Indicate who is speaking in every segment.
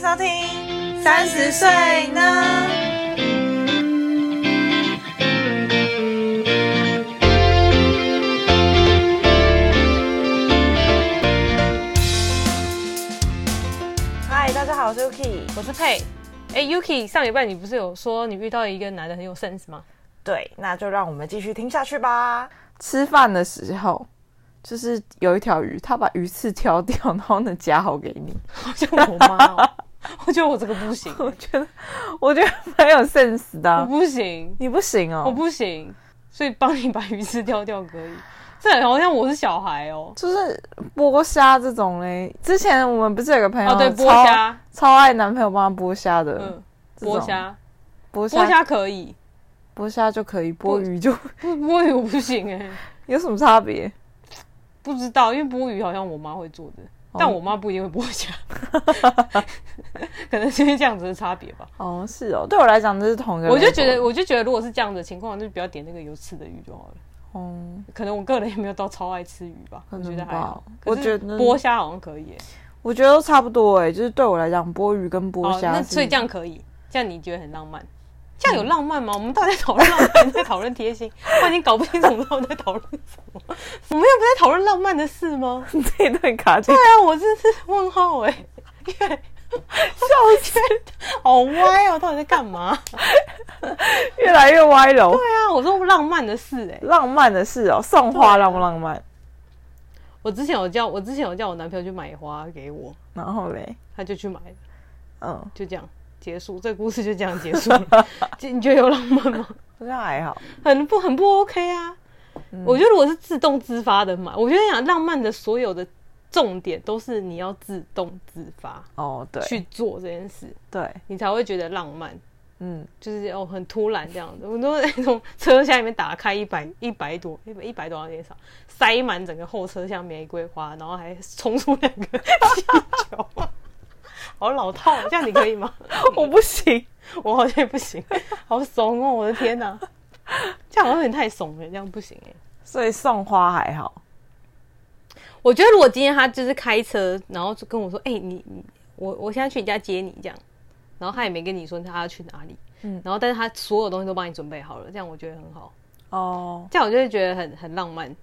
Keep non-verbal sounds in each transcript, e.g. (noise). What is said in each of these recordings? Speaker 1: 收听《三十岁呢》。嗨，大家好，我是 Yuki。
Speaker 2: 我是佩。哎、y u k i 上礼拜你不是有说你遇到一个男的很有 sense
Speaker 3: (laughs)
Speaker 2: 吗？
Speaker 1: 对，那就让我们继续听下去吧。
Speaker 3: 吃饭的时候，就是有一条鱼，他把鱼刺挑掉， (laughs) 然后呢夹好给你。
Speaker 2: 好像我妈、哦，我觉得我这个不行，
Speaker 3: (laughs) 我觉得，我觉得蛮有 sense 的啊、
Speaker 2: 我不行，
Speaker 3: 你不行哦，
Speaker 2: 嗯我不行，所以帮你把鱼刺挑掉可以。这好像我是小孩哦。
Speaker 3: 就是剥虾这种嘞。之前我们不是有个朋友，
Speaker 2: 哦，对，剥
Speaker 3: 哎超
Speaker 2: 虾，
Speaker 3: 超爱男朋友帮他剥虾的，
Speaker 2: 嗯，
Speaker 3: 这种
Speaker 2: 剥虾，
Speaker 3: 剥
Speaker 2: 剥
Speaker 3: 虾
Speaker 2: 虾可以，
Speaker 3: 剥虾就可以，
Speaker 2: 剥
Speaker 3: 剥鱼就 (laughs)
Speaker 2: 不剥鱼我不行哎、
Speaker 3: 有什么差别？
Speaker 2: 不知道，因为剥鱼好像我妈会做的，
Speaker 3: 哦
Speaker 2: 但我妈不一定会剥虾，
Speaker 3: (laughs)
Speaker 2: 可能就是这样子的差别吧。
Speaker 3: 哦，是哦，对我来讲这是同一个 level。
Speaker 2: 我就觉得，我就觉得，如果是这样的情况，就不要点那个有刺的鱼就好了。
Speaker 3: 哦，
Speaker 2: 可能我个人也没有到超爱吃鱼吧，
Speaker 3: 可
Speaker 2: 我觉
Speaker 3: 能
Speaker 2: 得还好
Speaker 3: 吧。
Speaker 2: 可是
Speaker 3: 我觉得
Speaker 2: 剥虾好像可以耶、
Speaker 3: 我觉得都差不多哎，就是对我来讲，剥鱼跟剥
Speaker 2: 哦，
Speaker 3: 虾
Speaker 2: 那
Speaker 3: 是嗯
Speaker 2: 所以这样可以，这样你觉得很浪漫？这样有浪漫吗？我们到底在讨论浪漫， (laughs) 在讨论贴心，我已经搞不清楚我们到底在讨论什么。我们又不在讨论浪漫的事吗？对
Speaker 3: 这一段卡进
Speaker 2: 啊，我真是问号哎、因为笑死，好歪哦，到底在干嘛？
Speaker 3: (laughs) 越来越歪楼。
Speaker 2: 对啊，我说浪漫的事哎、
Speaker 3: 浪漫的事哦，送
Speaker 2: 啊
Speaker 3: 花浪不浪漫？
Speaker 2: 我之前有叫我之前有叫我男朋友去买花给我，
Speaker 3: 然后嘞，
Speaker 2: 他就去买了。
Speaker 3: 嗯，
Speaker 2: 就这样结束，这个故事就这样结束了。这你觉得有浪漫吗？
Speaker 3: 好像还好。
Speaker 2: 很不很不 OK 啊！我觉得如果是自动自发的嘛，我觉得讲浪漫的所有的重点都是你要自动自发
Speaker 3: 哦，
Speaker 2: 去
Speaker 3: 对
Speaker 2: 做这件事，
Speaker 3: 对，
Speaker 2: 你才会觉得浪漫。
Speaker 3: 嗯，
Speaker 2: 就是哦，很突然这样子，我都从车厢里面打开一百一百朵，一百一百朵还是多少，塞满整个后车厢玫瑰花，然后还冲出两个气球， (laughs) 好老套，哦这样你可以吗？
Speaker 3: 我不行，
Speaker 2: (laughs) 我好像也不行，好怂哦！我的天哪，这样好像有点太怂了，这样不行哎。
Speaker 3: 所以送花还好。
Speaker 2: 我觉得如果今天他就是开车，然后就跟我说：“哎、你你我我现在去你家接你。”这样，然后他也没跟你说他要去哪里，
Speaker 3: 嗯
Speaker 2: 然后但是他所有东西都帮你准备好了，这样我觉得很好，
Speaker 3: 哦，
Speaker 2: 这样我就会觉得很很浪漫。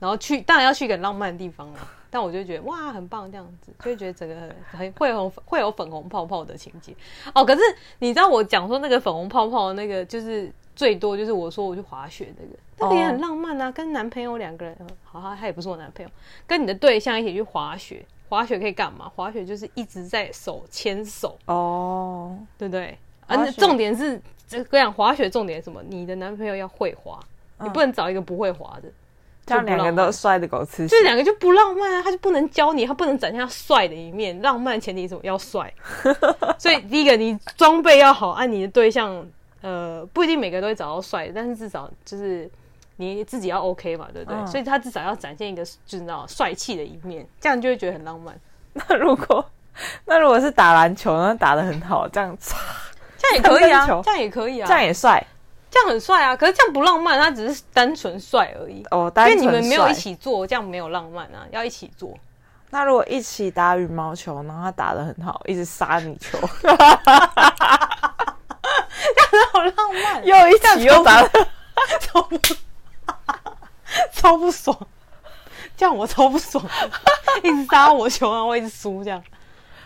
Speaker 2: 然后去当然要去一个很浪漫的地方了，但我就会觉得哇很棒这样子，就会觉得整个很很会有会有粉红泡泡的情节哦。可是你知道我讲说那个粉红泡泡的那个就是最多就是我说我去滑雪那个，那个也很浪漫啊，跟男朋友两个人，呃好他他也不是我男朋友，跟你的对象一起去滑雪，滑雪可以干嘛？滑雪就是一直在手牵手，
Speaker 3: 哦，
Speaker 2: 对不对？
Speaker 3: 滑雪
Speaker 2: 而且重点是，这跟你讲滑雪重点是什么？你的男朋友要会滑，你
Speaker 3: 嗯
Speaker 2: 不能找一个不会滑的。
Speaker 3: 这样两个都摔得狗吃屎
Speaker 2: 这。两个就不浪漫啊，他就不能教你，他不能展现他帅的一面。浪漫前提是什么？要
Speaker 3: (laughs)
Speaker 2: 帅。所以第一个，你装备要好，啊按、你的对象，呃，不一定每个都会找到帅的，但是至少就是你自己要 OK 嘛，对不对？
Speaker 3: 嗯
Speaker 2: 所以他至少要展现一个就是那种帅气的一面，这样就会觉得很浪漫。
Speaker 3: 那如果那如果是打篮球，那打得很好，这样
Speaker 2: 啊
Speaker 3: 嚓
Speaker 2: 这样也可以
Speaker 3: 三分
Speaker 2: 啊，
Speaker 3: 球
Speaker 2: 这样也可以啊，
Speaker 3: 这样也帅
Speaker 2: 这样很帅啊。可是这样不浪漫，他只是单纯帅而已。
Speaker 3: 哦。
Speaker 2: 因
Speaker 3: 单
Speaker 2: 为
Speaker 3: 纯
Speaker 2: 你们没有
Speaker 3: 帅
Speaker 2: 一。起做，这样没有浪漫啊，要一起
Speaker 3: (laughs)
Speaker 2: 做。
Speaker 3: 那如果一起打羽毛球，然后他打得很好，一直杀
Speaker 2: (laughs)
Speaker 3: 你球，
Speaker 2: 好浪漫，
Speaker 3: 又一 (laughs) 起又打得，
Speaker 2: 超不超不爽， (laughs) 这样我超不
Speaker 3: (laughs)
Speaker 2: 爽，一直杀我球，然后我一直输，这样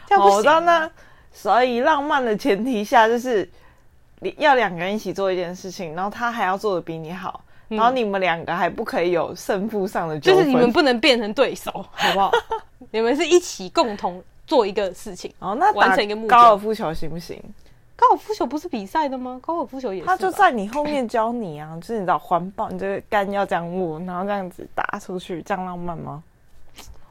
Speaker 2: 这样不
Speaker 3: 我知
Speaker 2: 行。
Speaker 3: 道那，所以浪漫的前提下就是你要两个人一起做一件事情，然后他还要做的比你好，然后你们两个还不可以有胜负上的纠
Speaker 2: 就
Speaker 3: 纷，
Speaker 2: 是你们不能变成对手，好
Speaker 3: (laughs)
Speaker 2: 不好？你们是一起共同做一个事情。
Speaker 3: 哦，那
Speaker 2: 完
Speaker 3: 打
Speaker 2: 成一个目标
Speaker 3: 高尔夫球行不行？
Speaker 2: 高尔夫球不是比赛的吗？高尔夫球也是吧，
Speaker 3: 他就在你后面教你啊，就是你知道环抱，你这个杆要这样握，然后这样子打出去，这样浪漫吗？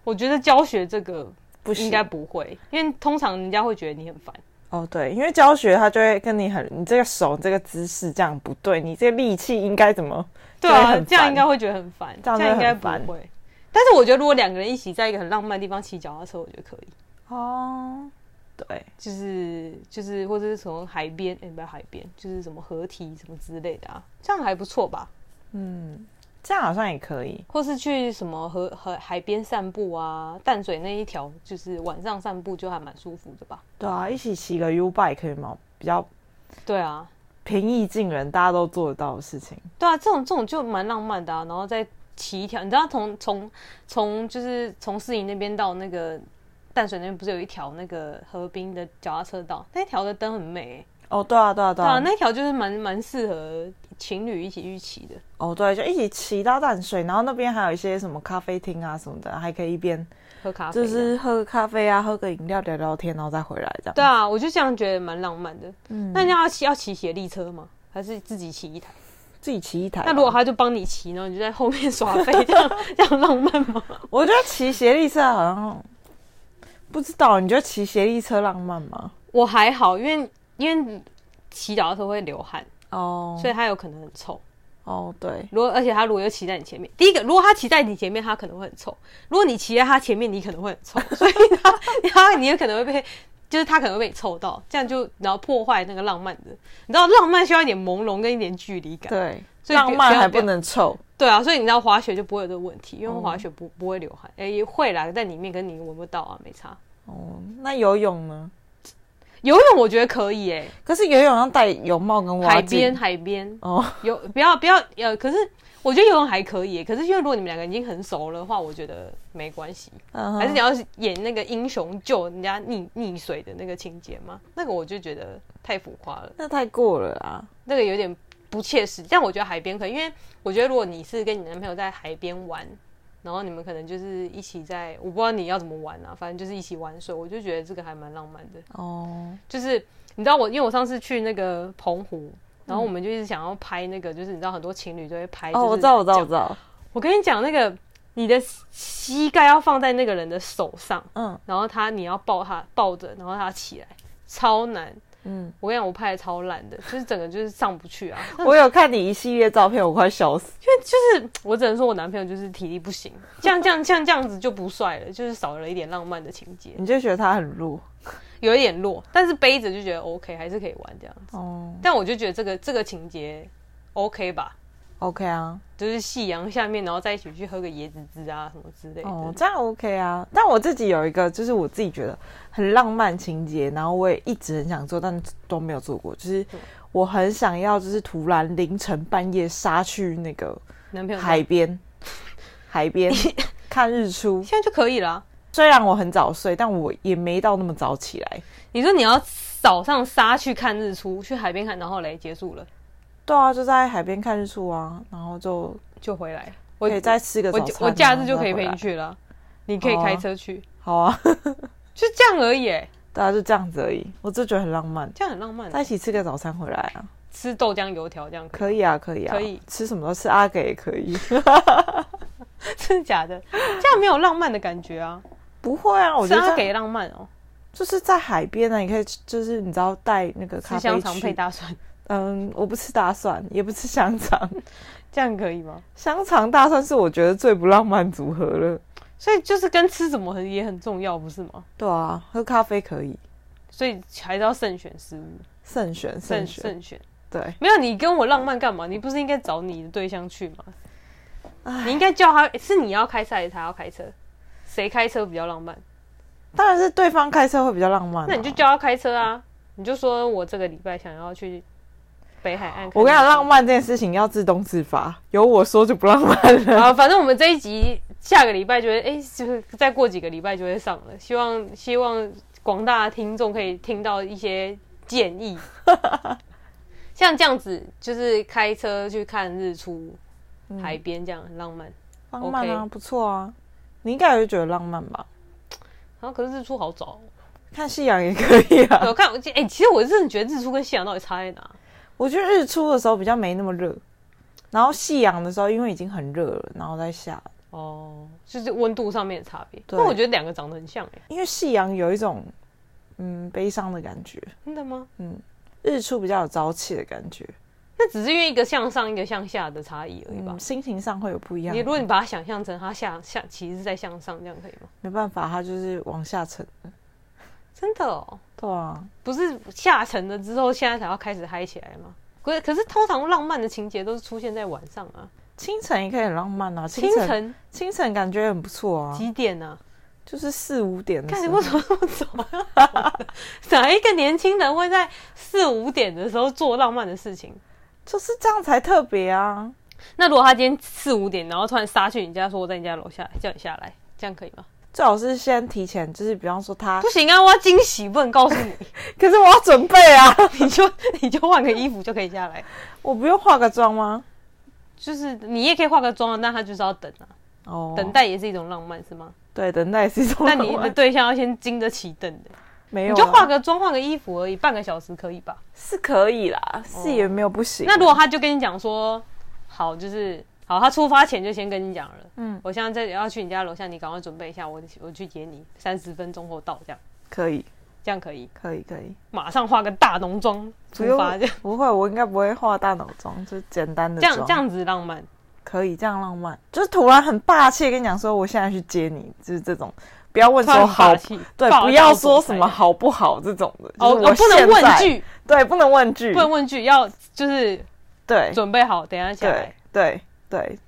Speaker 2: 我觉得教学这个
Speaker 3: 不行，
Speaker 2: 应该不会，因为通常人家会觉得你很烦。
Speaker 3: 哦，对，因为教学他就会跟你很，你这个手这个姿势这样不对，你这个力气应该怎么？
Speaker 2: 对
Speaker 3: 就会
Speaker 2: 啊，
Speaker 3: 很
Speaker 2: 这样
Speaker 3: 烦
Speaker 2: 应该会觉得很烦，
Speaker 3: 这样
Speaker 2: 应
Speaker 3: 就
Speaker 2: 该
Speaker 3: 很
Speaker 2: 不
Speaker 3: 烦
Speaker 2: 会。但是我觉得如果两个人一起在一个很浪漫的地方骑脚踏车，我觉得可以。
Speaker 3: 哦，对，
Speaker 2: 就是就是或者是从海边，哎、不要海边，就是什么河堤什么之类的啊，这样还不错吧？
Speaker 3: 嗯，这样好像也可以。
Speaker 2: 或是去什么河河海边散步啊，淡水那一条就是晚上散步就还蛮舒服的吧？
Speaker 3: 对啊，一起骑个 U bike 可以吗？比较
Speaker 2: 对啊，
Speaker 3: 平易近人，大家都做得到的事情。
Speaker 2: 对啊，这种这种就蛮浪漫的啊。然后再骑一条，你知道从从从就是从市营那边到那个淡水那边，不是有一条那个河滨的脚踏车道？那条的灯很美欸、
Speaker 3: 哦，对啊，对啊，对
Speaker 2: 对啊，
Speaker 3: 啊。
Speaker 2: 那条就是蛮蛮适合情侣一起去骑的。
Speaker 3: 哦，对，就一起骑到淡水，然后那边还有一些什么咖啡厅啊什么的，还可以一边
Speaker 2: 喝咖啡啊，
Speaker 3: 就是喝个咖啡啊，喝个饮料聊聊天，然后再回来这样。
Speaker 2: 对啊，我就这样觉得蛮浪漫的。嗯，那你要骑要骑斜力车吗？还是自己骑一台？
Speaker 3: 自己骑一台吧。
Speaker 2: 那如果他就帮你骑，然后你就在后面耍飞，这样 (laughs) 这样浪漫吗？
Speaker 3: 我觉得骑斜力车好像不知道，你觉得骑斜力车浪漫吗？
Speaker 2: 我还好，因为因为骑脚踏车会流汗，
Speaker 3: 哦，
Speaker 2: 所以它有可能很臭。
Speaker 3: 哦，对，
Speaker 2: 如果而且它如果又骑在你前面，第一个如果它骑在你前面，它可能会很臭；如果你骑在它前面，你可能会很臭， (laughs) 所以它它你也可能会被。就是它可能会被你臭到，这样就然后破坏那个浪漫的，你知道浪漫需要一点朦胧跟一点距离感，
Speaker 3: 对，
Speaker 2: 所以
Speaker 3: 浪漫还
Speaker 2: 不
Speaker 3: 不
Speaker 2: 能。
Speaker 3: 能臭。
Speaker 2: 对啊，所以你知道滑雪就不会有这个问题，因为滑雪不、不会流汗，哎、会啦，在里面跟你闻不到啊，没差。
Speaker 3: 哦，那游泳呢？
Speaker 2: 游泳我觉得可以哎、
Speaker 3: 可是游泳要戴泳帽跟蛙
Speaker 2: 海
Speaker 3: 镜
Speaker 2: 边海边
Speaker 3: 哦，
Speaker 2: 游不要不要呃，可是我觉得游泳还可以欸、可是因为如果你们两个已经很熟了的话，我觉得没关系。
Speaker 3: 嗯
Speaker 2: 还是
Speaker 3: 哼
Speaker 2: 你要演那个英雄救人家溺溺水的那个情节吗？那个我就觉得太浮夸了。
Speaker 3: 那太过了啦。
Speaker 2: 那个有点不切实际。但我觉得海边可以，因为我觉得如果你是跟你男朋友在海边玩，然后你们可能就是一起在，我不知道你要怎么玩啊，反正就是一起玩水，我就觉得这个还蛮浪漫的。
Speaker 3: 哦，
Speaker 2: 就是你知道我，因为我上次去那个澎湖。然后我们就一直想要拍那个，就是你知道很多情侣都会拍。
Speaker 3: 哦，我知道，我知道，我知。道。
Speaker 2: 我跟你讲，那个你的膝盖要放在那个人的手上，
Speaker 3: 嗯
Speaker 2: 然后他你要抱他抱着，然后他起来，超难。
Speaker 3: 嗯，
Speaker 2: 我跟你讲，我拍的超烂的，就是整个就是上不去啊。
Speaker 3: (laughs) 我有看你一系列照片，我快笑死。
Speaker 2: (laughs) 就是我只能说我男朋友就是体力不行，这样这样这样这样子就不帅了，就是少了一点浪漫的情节，
Speaker 3: 你就觉得他很弱。
Speaker 2: 有一点弱，但是背着就觉得 OK，还是可以玩这样子。
Speaker 3: 哦
Speaker 2: 但我就觉得这个这个情节 OK 吧，
Speaker 3: ，OK 啊，
Speaker 2: 就是夕阳下面，然后在一起去喝个椰子汁啊什么之类的。
Speaker 3: 哦，这样 OK 啊。但我自己有一个，就是我自己觉得很浪漫情节，然后我也一直很想做，但都没有做过。就是我很想要，就是突然凌晨半夜杀去那个
Speaker 2: 男朋友 (laughs)
Speaker 3: 海边，海边看日出。
Speaker 2: 现在就可以了啊、
Speaker 3: 虽然我很早睡，但我也没到那么早起来。
Speaker 2: 你说你要早上杀去看日出，去海边看，然后嘞结束了
Speaker 3: 对啊，就在海边看日出啊，然后就
Speaker 2: 就回来。我
Speaker 3: 可以再吃个
Speaker 2: 我
Speaker 3: 早餐啊、
Speaker 2: 我假日就可以
Speaker 3: 然
Speaker 2: 陪
Speaker 3: 后再回来
Speaker 2: 你。去了啊，你可以
Speaker 3: 好啊
Speaker 2: 开车去，
Speaker 3: 好啊，
Speaker 2: 就这样而已欸，
Speaker 3: 大家就这样子而已。我就觉得很浪漫，
Speaker 2: 这样很浪漫啊。
Speaker 3: 在一起吃个早餐回来啊，
Speaker 2: 吃豆浆油条这样可以吗
Speaker 3: 可以啊，可以啊，
Speaker 2: 可以
Speaker 3: 吃什么都吃，阿给也可以。 (laughs)
Speaker 2: (laughs) 真的假的？这样没有浪漫的感觉啊！
Speaker 3: 不会啊，我
Speaker 2: 是
Speaker 3: 觉得
Speaker 2: 要
Speaker 3: 这
Speaker 2: 给
Speaker 3: 样
Speaker 2: 浪漫哦，
Speaker 3: 就是在海边呢、啊，你可以就是你知道带那个
Speaker 2: 吃
Speaker 3: 咖
Speaker 2: 香
Speaker 3: 啡
Speaker 2: 肠配
Speaker 3: 去。
Speaker 2: 大蒜，
Speaker 3: 嗯，我不吃大蒜，也不吃香肠，
Speaker 2: (laughs) 这样可以吗？
Speaker 3: 香肠大蒜是我觉得最不浪漫组合了。
Speaker 2: 所以就是跟吃什么很也很重要，不是吗？
Speaker 3: 对啊，喝咖啡可以，
Speaker 2: 所以还是要慎选食物，
Speaker 3: 慎选慎
Speaker 2: 慎
Speaker 3: 选，
Speaker 2: 慎选。
Speaker 3: 对，
Speaker 2: 没有你跟我浪漫干嘛？你不是应该找你的对象去吗？你应该叫他，是你要开车还是他要开车？谁开车比较浪漫？
Speaker 3: 当然是对方开车会比较浪漫啊、
Speaker 2: 那你就叫他开车啊！你就说我这个礼拜想要去北海岸看日出。
Speaker 3: 我跟你讲，浪漫这件事情要自动自发，有我说就不浪漫了。
Speaker 2: 啊，反正我们这一集下个礼拜就会，哎、就是再过几个礼拜就会上了。希望希望广大的听众可以听到一些建
Speaker 3: (laughs)
Speaker 2: 议，像这样子，就是开车去看日出，海边这样很浪漫。
Speaker 3: 嗯浪漫啊
Speaker 2: OK
Speaker 3: 不错啊，你应该也会觉得浪漫吧？
Speaker 2: 然后可是日出好早哦，
Speaker 3: 看夕阳也可以啊 (laughs)
Speaker 2: 我。看我哎、诶其实我真的觉得日出跟夕阳到底差在哪？
Speaker 3: 我觉得日出的时候比较没那么热，然后夕阳的时候因为已经很热了，然后再下，
Speaker 2: 哦，就是温度上面的差别。
Speaker 3: 对
Speaker 2: 那我觉得两个长得很像哎、诶
Speaker 3: 因为夕阳有一种嗯悲伤的感觉，
Speaker 2: 真的吗？
Speaker 3: 日出比较有朝气的感觉，
Speaker 2: 那只是因为一个向上一个向下的差异而已吧。
Speaker 3: 嗯，心情上会有不一样
Speaker 2: 你
Speaker 3: 的。
Speaker 2: 如果你把它想象成它下下其实是在向上，这样可以吗？
Speaker 3: 没办法，它就是往下沉。
Speaker 2: 真的哦，
Speaker 3: 对啊，
Speaker 2: 不是下沉了之后，现在才要开始嗨起来吗？可是可是，通常浪漫的情节都是出现在晚上啊。
Speaker 3: 清晨也可以很浪漫啊，清
Speaker 2: 清
Speaker 3: 晨
Speaker 2: 晨
Speaker 3: 清晨感觉很不错啊，
Speaker 2: 几点呢、啊？
Speaker 3: 就是四五点的
Speaker 2: 看你
Speaker 3: 时
Speaker 2: 为
Speaker 3: 候。
Speaker 2: 什么这么早？哪一个年轻人会在四五点的时候做浪漫的事情？
Speaker 3: 就是这样才特别啊！
Speaker 2: 那如果他今天四五点，然后突然杀去你家，说我在你家楼下叫你下来，这样可以 (laughs) 吗？
Speaker 3: 最好是先提前，就是比方说他
Speaker 2: 不，行啊，我要惊喜，不能告诉你， (laughs)
Speaker 3: 可是我要准备啊！
Speaker 2: 你就你就换个衣服就可以下来。
Speaker 3: (laughs) 我不用化个妆吗？
Speaker 2: 就是你也可以化个妆啊，但他就是要等啊，
Speaker 3: 哦，
Speaker 2: 等，待也是一种浪漫，是吗？
Speaker 3: (laughs) 对，等待也是一种
Speaker 2: 那
Speaker 3: 浪漫。 (laughs)
Speaker 2: 你的对象要先经得起等的，
Speaker 3: 没有、
Speaker 2: 你
Speaker 3: 啊，
Speaker 2: 就化个妆、换个衣服而已，半个小时可以吧？
Speaker 3: 是可以啦，是也没有不行。
Speaker 2: 那如果他就跟你讲说，好，就是好，他出发前就先跟你讲了，
Speaker 3: 嗯
Speaker 2: 嗯，我现在在要去你家楼下，你赶快准备一下，我我去接你，三十分钟后到，这样
Speaker 3: 可以，
Speaker 2: 这样可以，
Speaker 3: 可以，可以，
Speaker 2: 马上化个大浓妆
Speaker 3: 不
Speaker 2: 出
Speaker 3: 用
Speaker 2: 发，这样
Speaker 3: 不会，我应该不会化大脑妆，就简单的
Speaker 2: 这样
Speaker 3: 妆
Speaker 2: 这样子浪漫。
Speaker 3: 可以，这样浪漫，就是突然很霸气地跟你讲说，我现在去接你，就是这种，不要问
Speaker 2: 突
Speaker 3: 说
Speaker 2: 然
Speaker 3: 好
Speaker 2: 霸，气
Speaker 3: 对，
Speaker 2: 霸道
Speaker 3: 不要说什
Speaker 2: 总裁
Speaker 3: 么好不好这种的，
Speaker 2: 哦，
Speaker 3: 就是我
Speaker 2: 哦不能
Speaker 3: 现在
Speaker 2: 问，句，
Speaker 3: 对，不能问句，
Speaker 2: 不能问句，要就是
Speaker 3: 对，
Speaker 2: 准备好，等一下下
Speaker 3: 对
Speaker 2: 来。
Speaker 3: 对对，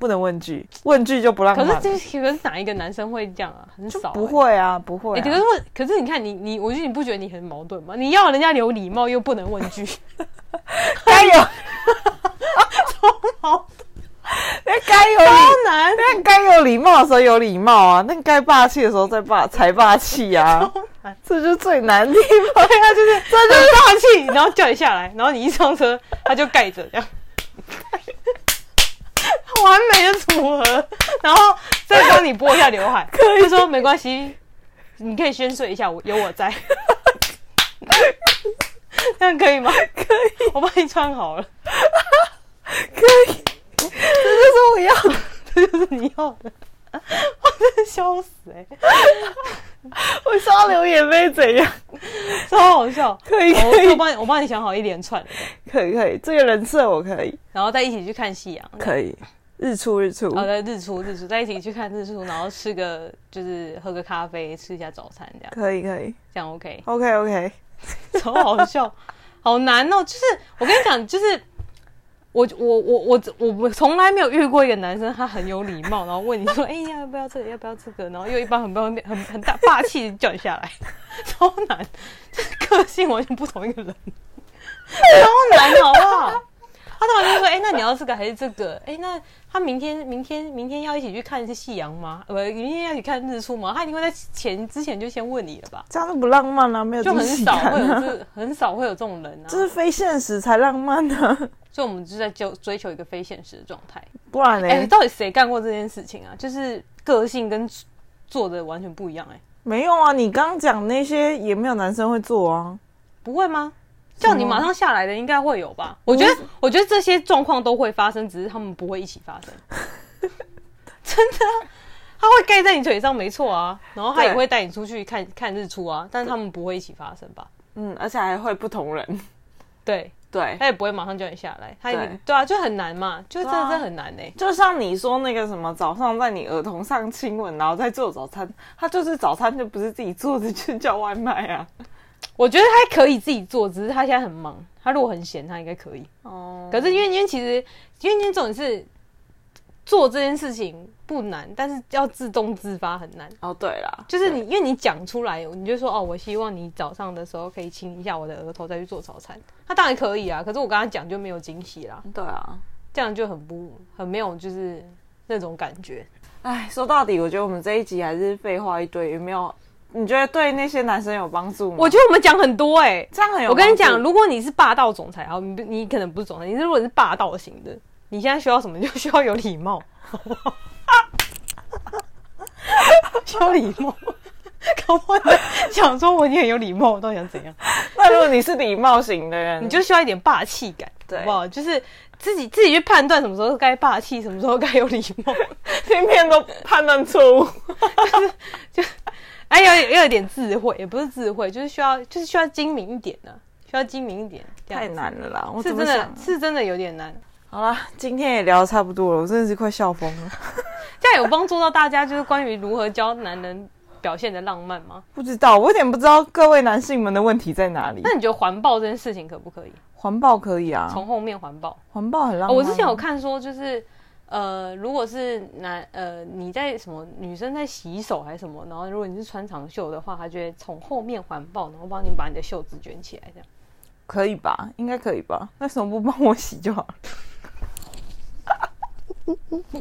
Speaker 3: 不能问句，问句就不浪
Speaker 2: 可
Speaker 3: 漫
Speaker 2: 是
Speaker 3: 了，
Speaker 2: 这可是哪一个男生会这样啊？很
Speaker 3: 就
Speaker 2: 少、
Speaker 3: 不、会啊，不会
Speaker 2: 欸
Speaker 3: 啊、
Speaker 2: 可是问，可是你看你你，我觉得你不觉得你很矛盾吗？你要人家有礼貌，又不能
Speaker 3: (laughs)
Speaker 2: 问句，
Speaker 3: 该有，
Speaker 2: 好
Speaker 3: 那该有礼，
Speaker 2: 超难。
Speaker 3: 那该有礼貌的时候有礼貌啊，那该霸气的时候再霸才霸气啊，这就是最难的地方，对啊，就是 (laughs) 这
Speaker 2: 他就大气，然后叫你下来，然后你一上车，他就盖着这样，完美的组合。然后再帮你拨一下刘海，
Speaker 3: 可以
Speaker 2: 就说没关系，你可以先睡一下，我有我
Speaker 3: (laughs)
Speaker 2: 在，这样可以吗？可以，我帮你穿好了，
Speaker 3: 可以， (laughs) 这就是我要的。
Speaker 2: 这就是你要的。我真的笑死哎、
Speaker 3: 我刷流眼泪怎样？
Speaker 2: (laughs) 超好笑！哦
Speaker 3: 可以
Speaker 2: 我
Speaker 3: 可以
Speaker 2: 我帮你，我帮你想好一连串，
Speaker 3: 可以可以，这个人设我可以
Speaker 2: 然后再一起去看夕阳。
Speaker 3: 可以，日出日出，
Speaker 2: 然后在日出日出，在一起去看日出，然后吃个就是喝个咖啡，吃一下早餐，这样
Speaker 3: 可以可以
Speaker 2: 这样 OK，
Speaker 3: ，OK OK，
Speaker 2: 超好笑，好难哦！就是我跟你讲，就是我我我我我我从来没有遇过一个男生，他很有礼貌，然后问你说，哎、呀，要不要这个，要不要这个，然后又一般很不很很很大霸气地叫你下来， (laughs) 超难，就是个性完全不同一个人，超难，好不好？他突然就说：“哎、那你要这个还是这个？哎、那他明天、明天、明天要一起去看夕阳吗？呃，不明天要一起看日出吗？他一定会在前之前就先问你了吧？
Speaker 3: 这样就不浪漫了、没有
Speaker 2: 就很
Speaker 3: 惊喜
Speaker 2: 少
Speaker 3: 感
Speaker 2: 会有
Speaker 3: 啊
Speaker 2: 这很少会有这种人啊，
Speaker 3: 这是非现实才浪漫呢、 (laughs)
Speaker 2: 所以我们就在就追求一个非现实的状态。
Speaker 3: 不然呢、
Speaker 2: 哎、到底谁干过这件事情啊？就是个性跟做的完全不一样、哎，
Speaker 3: 没有啊，你刚讲那些也没有男生会做啊。
Speaker 2: 不会吗？叫你马上下来的应该会有吧？我觉得，我觉得这些状况都会发生，只是他们不会一起
Speaker 3: (laughs)
Speaker 2: 发生。真的啊、他会盖在你腿上，没错啊。然后他也
Speaker 3: 对
Speaker 2: 会带你出去看看日出啊，但是他们不会一起发生吧？
Speaker 3: 嗯，而且还会不同人。 (laughs)
Speaker 2: 对，
Speaker 3: 对
Speaker 2: 他，也不会马上叫你下来，他也
Speaker 3: 对
Speaker 2: 对啊，就很难嘛，就真
Speaker 3: 对
Speaker 2: 的
Speaker 3: 啊
Speaker 2: 真的很难呢、欸
Speaker 3: 就像你说那个什么，早上在你额头上亲吻，然后再做早餐，他就是早餐就不是自己做的，就是叫外卖啊。
Speaker 2: 我觉得他可以自己做，只是他现在很忙。他如果很闲，他应该可以。
Speaker 3: 哦，
Speaker 2: 可是因为因为其实因为因为这种是做这件事情不难，但是要自动自发很难。
Speaker 3: 哦，对啦，
Speaker 2: 就是你因为你讲出来，你就说哦，我希望你早上的时候可以亲一下我的额头，再去做早餐。他当然可以啊，可是我跟他讲就没有惊喜啦，
Speaker 3: 对啊。
Speaker 2: 这样就很不很没有就是那种感觉。
Speaker 3: 哎，说到底，我觉得我们这一集还是废话一堆，也没有。你觉得对那些男生有帮助吗？
Speaker 2: 我觉得我们讲很多哎、
Speaker 3: 这样很有
Speaker 2: 我
Speaker 3: 帮助。
Speaker 2: 跟你讲，如果你是霸道总裁，好，你不你可能不是总裁，你是如果你是霸道型的，你现在需要什么？你就需要有礼
Speaker 3: (laughs)
Speaker 2: 貌，需要礼
Speaker 3: (laughs)
Speaker 2: 貌。搞不好你在 (laughs) 想说我已经很有礼貌，我到底想怎样？
Speaker 3: (laughs) 那如果你是礼貌型的人，
Speaker 2: 你就需要一点霸气感，
Speaker 3: 对
Speaker 2: 好不好？就是自己自己去判断什么时候该霸气，什么时候该有礼貌， (laughs)
Speaker 3: 偏偏都判断错误。
Speaker 2: 哎，要有要有点智慧，也不是智慧，就是需要就是需要精明一点呢、需要精明一点，这样
Speaker 3: 太难了啦！我
Speaker 2: 是
Speaker 3: 怎
Speaker 2: 真
Speaker 3: 么想
Speaker 2: 的
Speaker 3: 啊？
Speaker 2: 是真的有点难。
Speaker 3: 好啦，今天也聊得差不多了，我真的是快笑疯了。
Speaker 2: 这样有帮助到大家，就是关于如何教男人表现的浪漫
Speaker 3: (laughs)
Speaker 2: 吗？
Speaker 3: 不知道，我有点不知道各位男性们的问题在哪里
Speaker 2: 那。你觉得环抱这件事情可不可以
Speaker 3: 环抱可以啊，
Speaker 2: 从后面环抱？
Speaker 3: 环抱很浪
Speaker 2: 哦
Speaker 3: 漫。
Speaker 2: 我之前有看说，就是呃，如果是男呃你在什么女生在洗手还是什么，然后如果你是穿长袖的话，他就会从后面环抱，然后帮你把你的袖子卷起来，这样。
Speaker 3: 可以吧？应该可以吧？那什么不帮我洗就好了？ (laughs)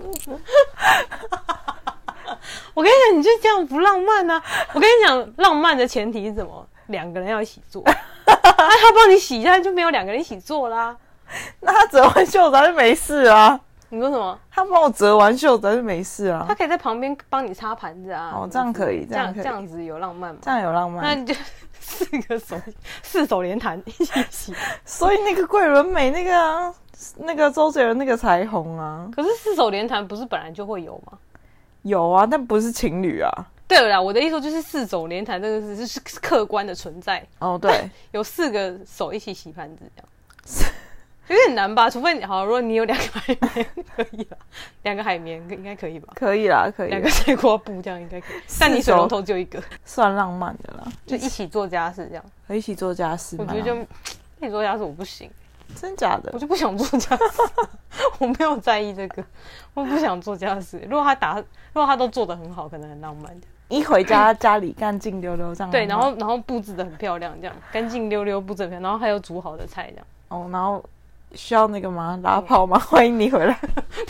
Speaker 2: 我跟你讲，你就这样不浪漫啊！我跟你讲，浪漫的前提是什么？两个人要一起
Speaker 3: (laughs)
Speaker 2: 做，那、啊他帮你洗一下就没有两个人一起做啦。
Speaker 3: 那他折完袖子他就没事啊，
Speaker 2: 你说什么？
Speaker 3: 他帮我折完袖子他就没事
Speaker 2: 他
Speaker 3: 啊，
Speaker 2: 可以在旁边帮你擦盘子啊。
Speaker 3: 哦这样可以
Speaker 2: 这样
Speaker 3: 这样可
Speaker 2: 这
Speaker 3: 以
Speaker 2: 样子有浪漫吗？
Speaker 3: 这样有浪
Speaker 2: 那
Speaker 3: 漫。
Speaker 2: 你就四个手四手连弹一起洗。
Speaker 3: 所以那个桂纶镁那个啊，那个周杰伦那个才红啊，
Speaker 2: 可是四手连弹不是本来就会有吗？
Speaker 3: 有啊，但不是情侣啊。
Speaker 2: 对了啦，我的意思就是四手连弹这个是是是客观的存在，
Speaker 3: 哦，
Speaker 2: (laughs)
Speaker 3: 对，
Speaker 2: 有四个手一起洗盘子这样。 (laughs) 有点难吧？除非你好，如果你有两个海绵可以 (laughs) 啦，两个海绵应该可以吧？
Speaker 3: 可以啦，可以
Speaker 2: 两
Speaker 3: 啦
Speaker 2: 个水果布这样应该可以，但你水龙头只有一个，
Speaker 3: 算浪漫的啦，
Speaker 2: 就一起做家事这样。
Speaker 3: 可以一起做家事
Speaker 2: 我
Speaker 3: 嘛。
Speaker 2: 觉得就一起做家事我不行，
Speaker 3: 真假的
Speaker 2: 我，就不想做家 (laughs) 事，我没有在意这个，我不想做家事。如果他打，如果他都做得很好，可能很浪漫。
Speaker 3: 一回家家里干净溜溜这样。啊
Speaker 2: 对，然后然后布置的很漂亮，这样干净溜溜，布置得很漂亮，然后还有煮好的菜这样。 (laughs)
Speaker 3: 哦，然后需要那个吗？拉炮吗？欢迎你回来。 (laughs)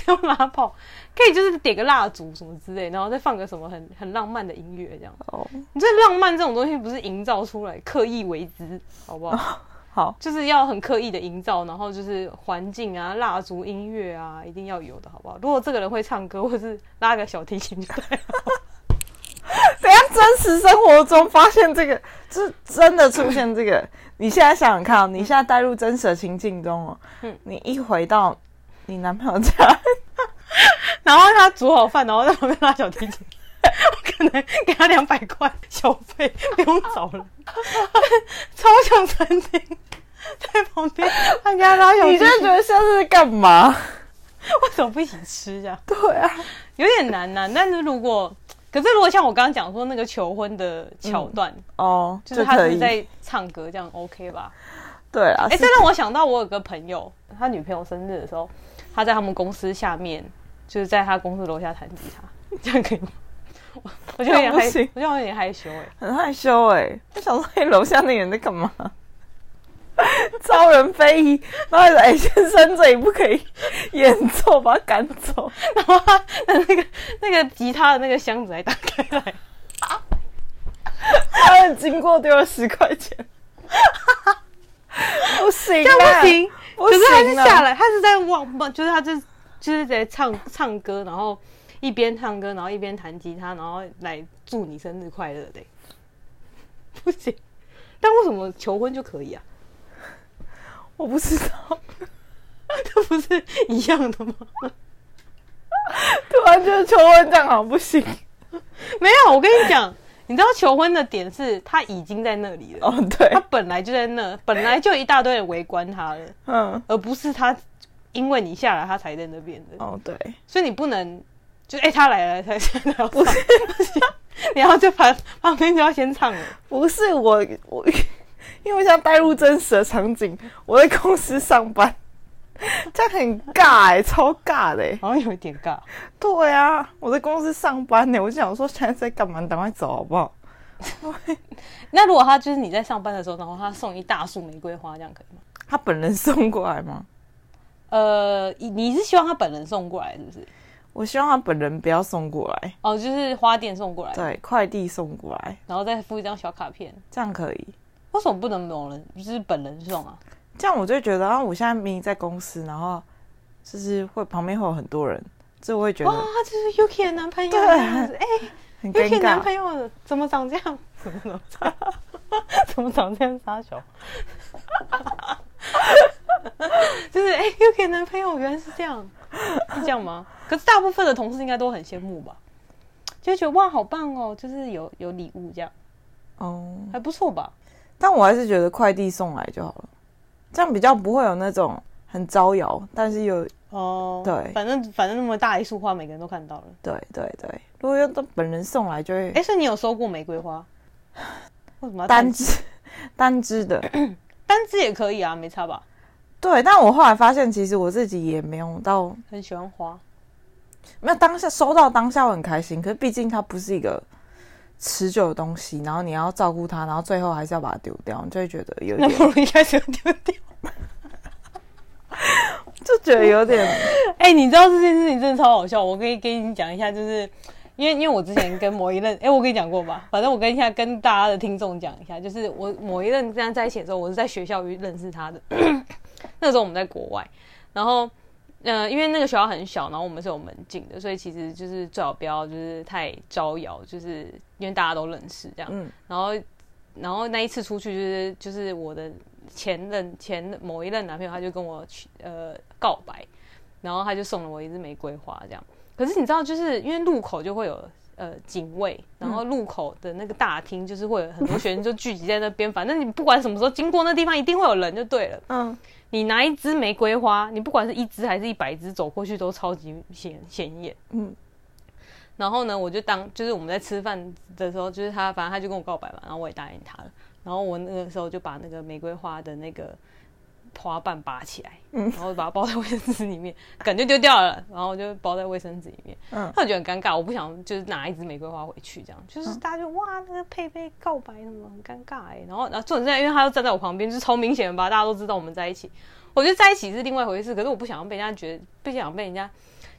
Speaker 2: 不用拉炮，可以就是点个蜡烛什么之类，然后再放个什么很很浪漫的音乐这样。
Speaker 3: 哦，
Speaker 2: 你这浪漫这种东西不是营造出来，刻意为之，好不好？
Speaker 3: 哦好，
Speaker 2: 就是要很刻意的营造，然后就是环境啊、蜡烛、音乐啊，一定要有的好不好？如果这个人会唱歌，或是拉个小提琴就对了。
Speaker 3: 等一下真实生活中发现这个，就是真的出现这个。你现在想想看哦、你现在带入真实的情境中哦，
Speaker 2: 嗯
Speaker 3: 你一回到你男朋友
Speaker 2: (laughs)
Speaker 3: 家，
Speaker 2: 然后他煮好饭，然后在旁边拉小提琴， (laughs) 我可能给他两百块小费，不用找了。 (laughs) 超像餐厅，在旁边他给他拉小提
Speaker 3: 你
Speaker 2: 琴
Speaker 3: 就，会觉得现在是在
Speaker 2: (laughs)
Speaker 3: 干嘛？
Speaker 2: 为什么不一起吃这样？
Speaker 3: 对啊，
Speaker 2: 有点难呐、但是如果，可是如果像我刚刚讲说那个求婚的桥段，
Speaker 3: 哦，
Speaker 2: 就是他
Speaker 3: 可
Speaker 2: 是
Speaker 3: 以，
Speaker 2: 在唱歌，这样 OK 吧？
Speaker 3: 对啊，
Speaker 2: 哎、
Speaker 3: 是
Speaker 2: 这让我想到我有个朋友，他女朋友生日的时候，他在他们公司下面，就是在他公司楼下弹吉他，这样可以吗？ (laughs) 我我就有点害，
Speaker 3: 这样不行
Speaker 2: 我就有点害羞哎、 (laughs)
Speaker 3: 很害羞哎、我想说，哎，楼下那个人在干嘛？ (laughs) 招人非议，然后说：“哎、先生，这里不可以演奏，把他赶走。
Speaker 2: 然后他的那个那个吉他的那个箱子还打开来，”
Speaker 3: 他们经过丢了十块钱， (laughs) 不行，啊
Speaker 2: 这样不，行。
Speaker 3: 不
Speaker 2: 可是他是
Speaker 3: 行
Speaker 2: 下
Speaker 3: 啊！
Speaker 2: 来，他是在忘，不就是他就是就是在唱唱歌，然后一边唱歌，然后一边弹吉他，然后来祝你生日快乐的、欸 (laughs) 不行，但为什么求婚就可以啊？
Speaker 3: 我不知道，
Speaker 2: (laughs) 这不是一样的吗？ (laughs)
Speaker 3: 突然觉得求婚这样好像不行。
Speaker 2: 没有，我跟你讲，你知道求婚的点是他已经在那里了，
Speaker 3: 哦，对
Speaker 2: 他，本来就在那，本来就一大堆人围观他了，
Speaker 3: 嗯，
Speaker 2: 而不是他因为你下来他才在那边的。
Speaker 3: 哦，对，
Speaker 2: 所以你不能就哎、欸他来了才才才要唱，不 (laughs) 行，然后就旁旁边就要先唱了。
Speaker 3: 不是我，我因为我想带入真实的场景，我在公司上班，这样很尬哎、超尬的、欸。
Speaker 2: 好像有一点尬，
Speaker 3: 对啊，我在公司上班呢，我就想说现在在干嘛，你赶快走好不好？
Speaker 2: (laughs) 那如果他就是你在上班的时候，然后他送一大束玫瑰花，这样可以吗？
Speaker 3: 他本人送过来吗？
Speaker 2: 呃，你你是希望他本人送过来是不是？
Speaker 3: 我希望他本人不要送过来，
Speaker 2: 哦，就是花店送过来，
Speaker 3: 对，快递送过来，
Speaker 2: 然后再附一张小卡片。
Speaker 3: 这样可以。
Speaker 2: 为什么不能有人就是本人送啊？
Speaker 3: 这样我就觉得啊，我现在明明在公司，然后就是会旁边会有很多人，这我会觉
Speaker 2: 哇，
Speaker 3: 得
Speaker 2: 这是 Yuki 的男朋友，
Speaker 3: 对
Speaker 2: 这样子哎
Speaker 3: 很尴
Speaker 2: ，Yuki 男
Speaker 3: 尬
Speaker 2: 朋。友怎么长这样？ (laughs) 怎么长这样？怎么长这样？傻小。 (laughs) 就是哎、又 u k 男朋友原来是这样，是这样吗？可是大部分的同事应该都很羡慕吧，就会觉得哇，好棒哦，就是有有礼物这样，
Speaker 3: 哦，
Speaker 2: 还不错吧？
Speaker 3: 但我还是觉得快递送来就好了，这样比较不会有那种很招摇，但是又
Speaker 2: 哦，
Speaker 3: 对
Speaker 2: 反正反正那么大一束花，每个人都看到了。
Speaker 3: 对对对，如果用到本人送来就会
Speaker 2: 哎、所以你有收过玫瑰花？为什么要
Speaker 3: 单支 (laughs) 单支的。
Speaker 2: 单支也可以啊，没差吧？
Speaker 3: 对，但我后来发现，其实我自己也没有到
Speaker 2: 很喜欢花，
Speaker 3: 没有当下收到当下我很开心，可是毕竟它不是一个持久的东西，然后你要照顾它，然后最后还是要把它丢掉，你就会觉得
Speaker 2: (laughs)
Speaker 3: 有
Speaker 2: 那
Speaker 3: 点，
Speaker 2: 不如一开始就丢掉。
Speaker 3: 就觉得有点
Speaker 2: (laughs) 哎、你知道这件事情真的超好笑，我可以跟你讲一下，就是因为因为我之前跟某一任，哎、 (laughs) 我跟你讲过吧，反正我跟一下跟大家的听众讲一下，就是我某一任跟他在一起的时候，我是在学校认识他的， (clears throat) 那时候我们在国外，然后。呃，因为那个学校很小，然后我们是有门禁的，所以其实就是最好不要就是太招摇，就是因为大家都认识这样。
Speaker 3: 嗯
Speaker 2: 然后，然后那一次出去就是就是我的前任前某一任男朋友，他就跟我去呃告白，然后他就送了我一支玫瑰花，这样。可是你知道，就是因为路口就会有呃警卫，然后路口的那个大厅就是会有很多学生就聚集在那边，反正你不管什么时候经过那地方，一定会有人就对了。
Speaker 3: 嗯，
Speaker 2: 你拿一支玫瑰花，你不管是一支还是一百支，走过去都超级显显眼。
Speaker 3: 嗯，
Speaker 2: 然后呢，我就当就是我们在吃饭的时候，就是他，反正他就跟我告白嘛，然后我也答应他了。然后我那个时候就把那个玫瑰花的那个花瓣拔起来，
Speaker 3: 嗯
Speaker 2: 然后把它包在卫生纸里面，梗就丢掉了，然后就包在卫生纸里面。
Speaker 3: 嗯
Speaker 2: 他觉得很尴尬，我不想就是拿一支玫瑰花回去，这样就是
Speaker 3: 嗯
Speaker 2: 大家就哇，那个佩佩告白什么很尴尬哎、然后然后重点是，因为他又站在我旁边，就是超明显的吧，大家都知道我们在一起。我觉得在一起是另外一回事，可是我不想要被人家觉得，不想被人家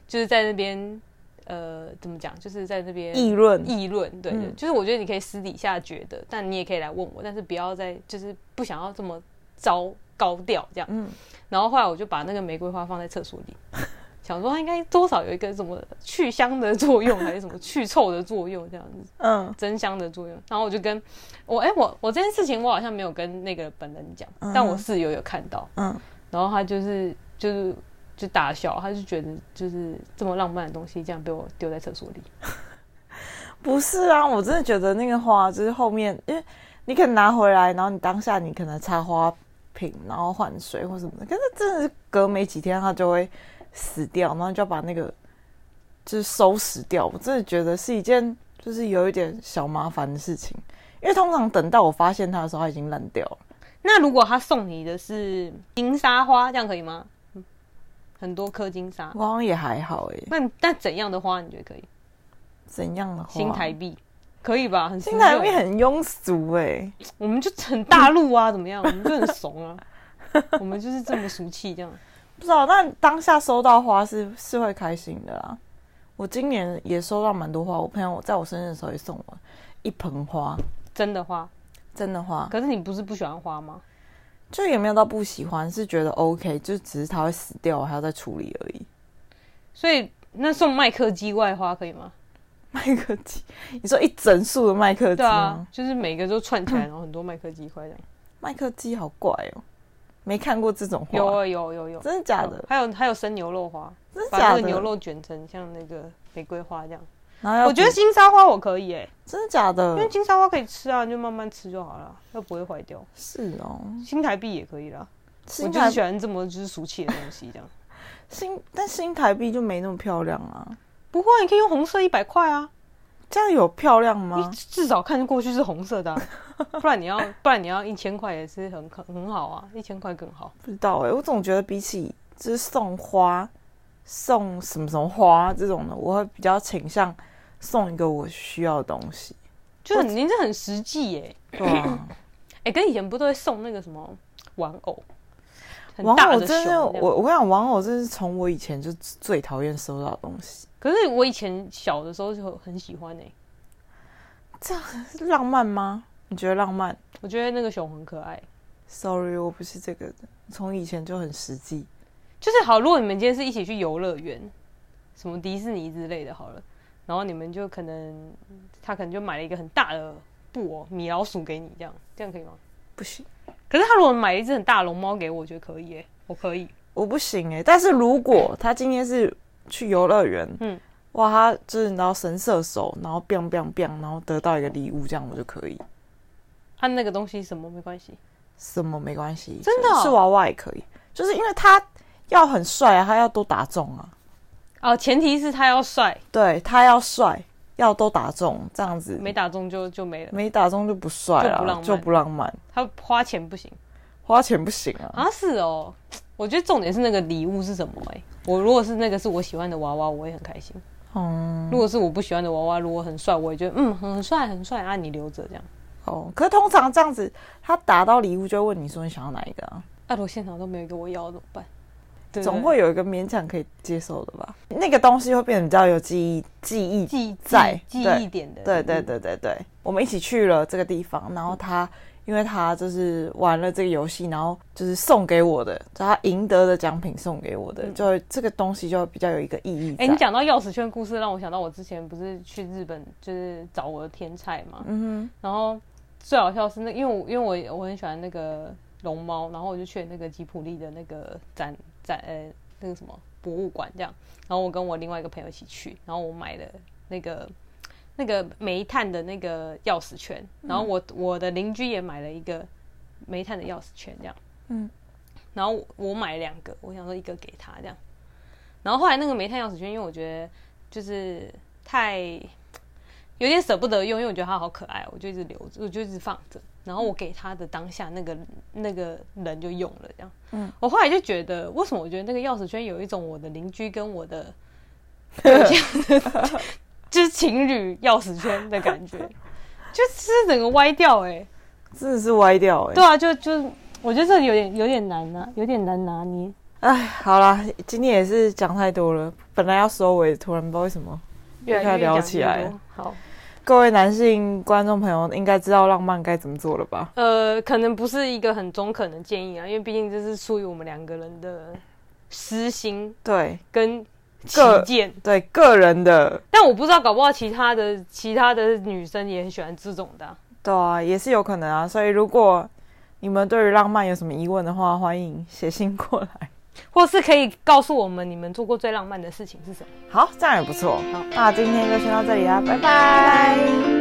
Speaker 2: 就是在那边呃怎么讲，就是在那边
Speaker 3: 议论
Speaker 2: 议论，对对，
Speaker 3: 嗯
Speaker 2: 就是我觉得你可以私底下觉得，但你也可以来问我，但是不要再就是不想要这么糟高调这样。
Speaker 3: 嗯
Speaker 2: 然后后来我就把那个玫瑰花放在厕所里， (laughs) 想说它应该多少有一个什么去香的作用，还是什么去臭的作用这样子。
Speaker 3: 嗯
Speaker 2: 真香的作用。然后我就跟我哎、我我这件事情我好像没有跟那个本人讲，
Speaker 3: 嗯
Speaker 2: 但我室友有看到，
Speaker 3: 嗯
Speaker 2: 然后他就是就是就大笑，他就觉得就是这么浪漫的东西，这样被我丢在厕所里。
Speaker 3: 不是啊，我真的觉得那个花就是后面，因为你可能拿回来，然后你当下你可能插花瓶，然后换水或什么的，可是真的是隔没几天它就会死掉，然后就要把那个就是收拾掉。我真的觉得是一件就是有一点小麻烦的事情，因为通常等到我发现它的时候，它已经烂掉了。
Speaker 2: 那如果他送你的是金沙花，这样可以吗？嗯很多颗金沙，
Speaker 3: 我好像也还好诶、
Speaker 2: 那你那怎样的花你觉得可以？
Speaker 3: 怎样的花？
Speaker 2: 新台币可以吧？很实
Speaker 3: 新台币
Speaker 2: 用
Speaker 3: 很庸俗欸诶、
Speaker 2: 我们就很大陆啊，怎么样？我们就很怂啊， (laughs) 我们就是这么俗气这样。
Speaker 3: 不知道，但当下收到花是是会开心的啦。我今年也收到蛮多花，我朋友在我生日的时候也送我一盆花，
Speaker 2: 真的花，
Speaker 3: 真的花，
Speaker 2: 可是你不是不喜欢花吗？
Speaker 3: 就也没有到不喜欢，是觉得 OK，就只是它会死掉，我还要再处理而已。 (laughs)
Speaker 2: 所以那送麦克鸡外花可以吗？
Speaker 3: 麦克鸡，你说一整束的麦克鸡
Speaker 2: 对啊
Speaker 3: 吗？，
Speaker 2: 就是每个都串起来，然后很多麦克鸡块这
Speaker 3: (coughs)
Speaker 2: 样。
Speaker 3: 麦克鸡好怪哦，没看过这种花，
Speaker 2: 有啊有有有，
Speaker 3: 真的假的？
Speaker 2: 还有还有生牛肉花，
Speaker 3: 真的
Speaker 2: 把那
Speaker 3: 假
Speaker 2: 个
Speaker 3: 的？
Speaker 2: 牛肉卷成像那个玫瑰花这样。
Speaker 3: 然后要
Speaker 2: 我觉得
Speaker 3: 煮
Speaker 2: 金沙花我可以哎、
Speaker 3: 真的假的
Speaker 2: 因为？金沙花可以吃啊，你就慢慢吃就好了，又不会坏掉。
Speaker 3: 是哦，
Speaker 2: 新台币也可以啦，我
Speaker 3: 新
Speaker 2: 就是
Speaker 3: 台
Speaker 2: 喜欢这么就是俗气的东西这样。
Speaker 3: 新但新台币就没那么漂亮啊，
Speaker 2: (laughs) 不会啊，你可以用红色一百块啊。
Speaker 3: 这样有漂亮吗？
Speaker 2: 你至少看过去是红色的啊、 (laughs) 不然你要不然你要一千块也是很很很好啊，一千块更好。
Speaker 3: 不知道哎、我总觉得比起就是送花、送什么什么花这种的，我会比较倾向送一个我需要的东西。
Speaker 2: 就很您这很实际耶、
Speaker 3: 对 (clears throat) 啊，
Speaker 2: 哎、跟以前不都会送那个什么玩偶，很
Speaker 3: 玩
Speaker 2: 大
Speaker 3: 偶
Speaker 2: 的
Speaker 3: 真
Speaker 2: 熊
Speaker 3: 的，
Speaker 2: 这样
Speaker 3: 我我跟你讲，玩偶真的是从我以前就最讨厌收到的东西，
Speaker 2: 可是我以前小的时候就很喜欢哎、
Speaker 3: 是浪漫吗？你觉得浪漫
Speaker 2: 我觉得那个熊很可爱。
Speaker 3: ？Sorry，我不是这个的，从以前就很实际。
Speaker 2: 就是好，如果你们今天是一起去游乐园，什么迪士尼之类的，好了，然后你们就可能他可能就买了一个很大的布偶米老鼠给你，这样这样可以吗？
Speaker 3: 不行，
Speaker 2: 可是他如果买了一只很大的龙猫给我，我觉得可以耶、我可以。
Speaker 3: 我不行哎、但是如果他今天是去游乐园，
Speaker 2: 嗯
Speaker 3: 嗯，哇，他就是你知道神射手，然后 biang biang biang，然后得到一个礼物，这样我就可以。
Speaker 2: 他那个东西什么没关系，
Speaker 3: 什么没关系，
Speaker 2: 真的哦
Speaker 3: 是娃娃也可以，就是因为他要很帅啊，他要都打中啊，
Speaker 2: 哦，前提是他要帅，
Speaker 3: 对他要帅，要都打中，这样子
Speaker 2: 没打中就就没了，
Speaker 3: 没打中就不帅
Speaker 2: 就不浪
Speaker 3: 了，
Speaker 2: 漫
Speaker 3: 就不浪漫，
Speaker 2: 他花钱不行
Speaker 3: 花钱不行啊，
Speaker 2: 啊，是哦，我觉得重点是那个礼物是什么、欸。哎，我如果是那个是我喜欢的娃娃，我也很开心；
Speaker 3: 嗯，
Speaker 2: 如果是我不喜欢的娃娃，如果很帅，我也觉得嗯很帅很帅啊，你留着这样。
Speaker 3: 哦，可是通常这样子，他打到礼物就会问你说你想要哪一个啊，
Speaker 2: 啊，如果现场都没有一个我要的怎么办？对不对
Speaker 3: 总会有一个勉强可以接受的吧？那个东西会变得比较有记忆，记忆
Speaker 2: 记
Speaker 3: 在
Speaker 2: 记
Speaker 3: 对
Speaker 2: 忆点的，
Speaker 3: 对对，对对对，我们一起去了这个地方，然后他
Speaker 2: 嗯
Speaker 3: 因为他就是玩了这个游戏，然后就是送给我的，就他赢得的奖品送给我的，
Speaker 2: 嗯
Speaker 3: 就这个东西就比较有一个意义在。
Speaker 2: 哎、你讲到钥匙圈故事，让我想到我之前不是去日本就是找我的天菜嘛，
Speaker 3: 嗯
Speaker 2: 然后最好笑是那，因为我因为我我很喜欢那个龙猫，然后我就去那个吉普力的那个展展呃那个什么博物馆这样，然后我跟我另外一个朋友一起去，然后我买了那个那个煤炭的那个钥匙圈，然后我我的邻居也买了一个煤炭的钥匙圈这样，
Speaker 3: 嗯，
Speaker 2: 然后我我买了两个，我想说一个给他这样，然后后来那个煤炭钥匙圈，因为我觉得就是太。有点舍不得用，因为我觉得它好可爱，我就一直留着，我就一直放着。然后我给他的当下，那个那个人就用了，这样。
Speaker 3: 嗯，
Speaker 2: 我后来就觉得，为什么我觉得那个钥匙圈有一种我的邻居跟我 (laughs) 的就是情侣钥匙圈的感觉，就是整个歪掉哎、欸
Speaker 3: 哼，真的是歪掉哎、
Speaker 2: 对啊，就就我觉得这有点有点难呐、有点难拿捏。
Speaker 3: 哎，好啦，今天也是讲太多了，本来要收尾，突然不知道为什么。越来越聊起来了。
Speaker 2: 好，
Speaker 3: 各位男性观众朋友应该知道浪漫该怎么做了吧？
Speaker 2: 呃，可能不是一个很中肯的建议啊，因为毕竟这是属于我们两个人的私心
Speaker 3: 对
Speaker 2: 跟起
Speaker 3: 个
Speaker 2: 见。
Speaker 3: 对，个人的，
Speaker 2: 但我不知道，搞不好其他的其他的女生也很喜欢这种的啊、
Speaker 3: 对啊，也是有可能啊。所以如果你们对于浪漫有什么疑问的话，欢迎写信过来。
Speaker 2: 或是可以告诉我们你们做过最浪漫的事情是什么。
Speaker 3: 好，这样也不错啊
Speaker 2: 好。
Speaker 3: 那今天就先到这里啦，拜拜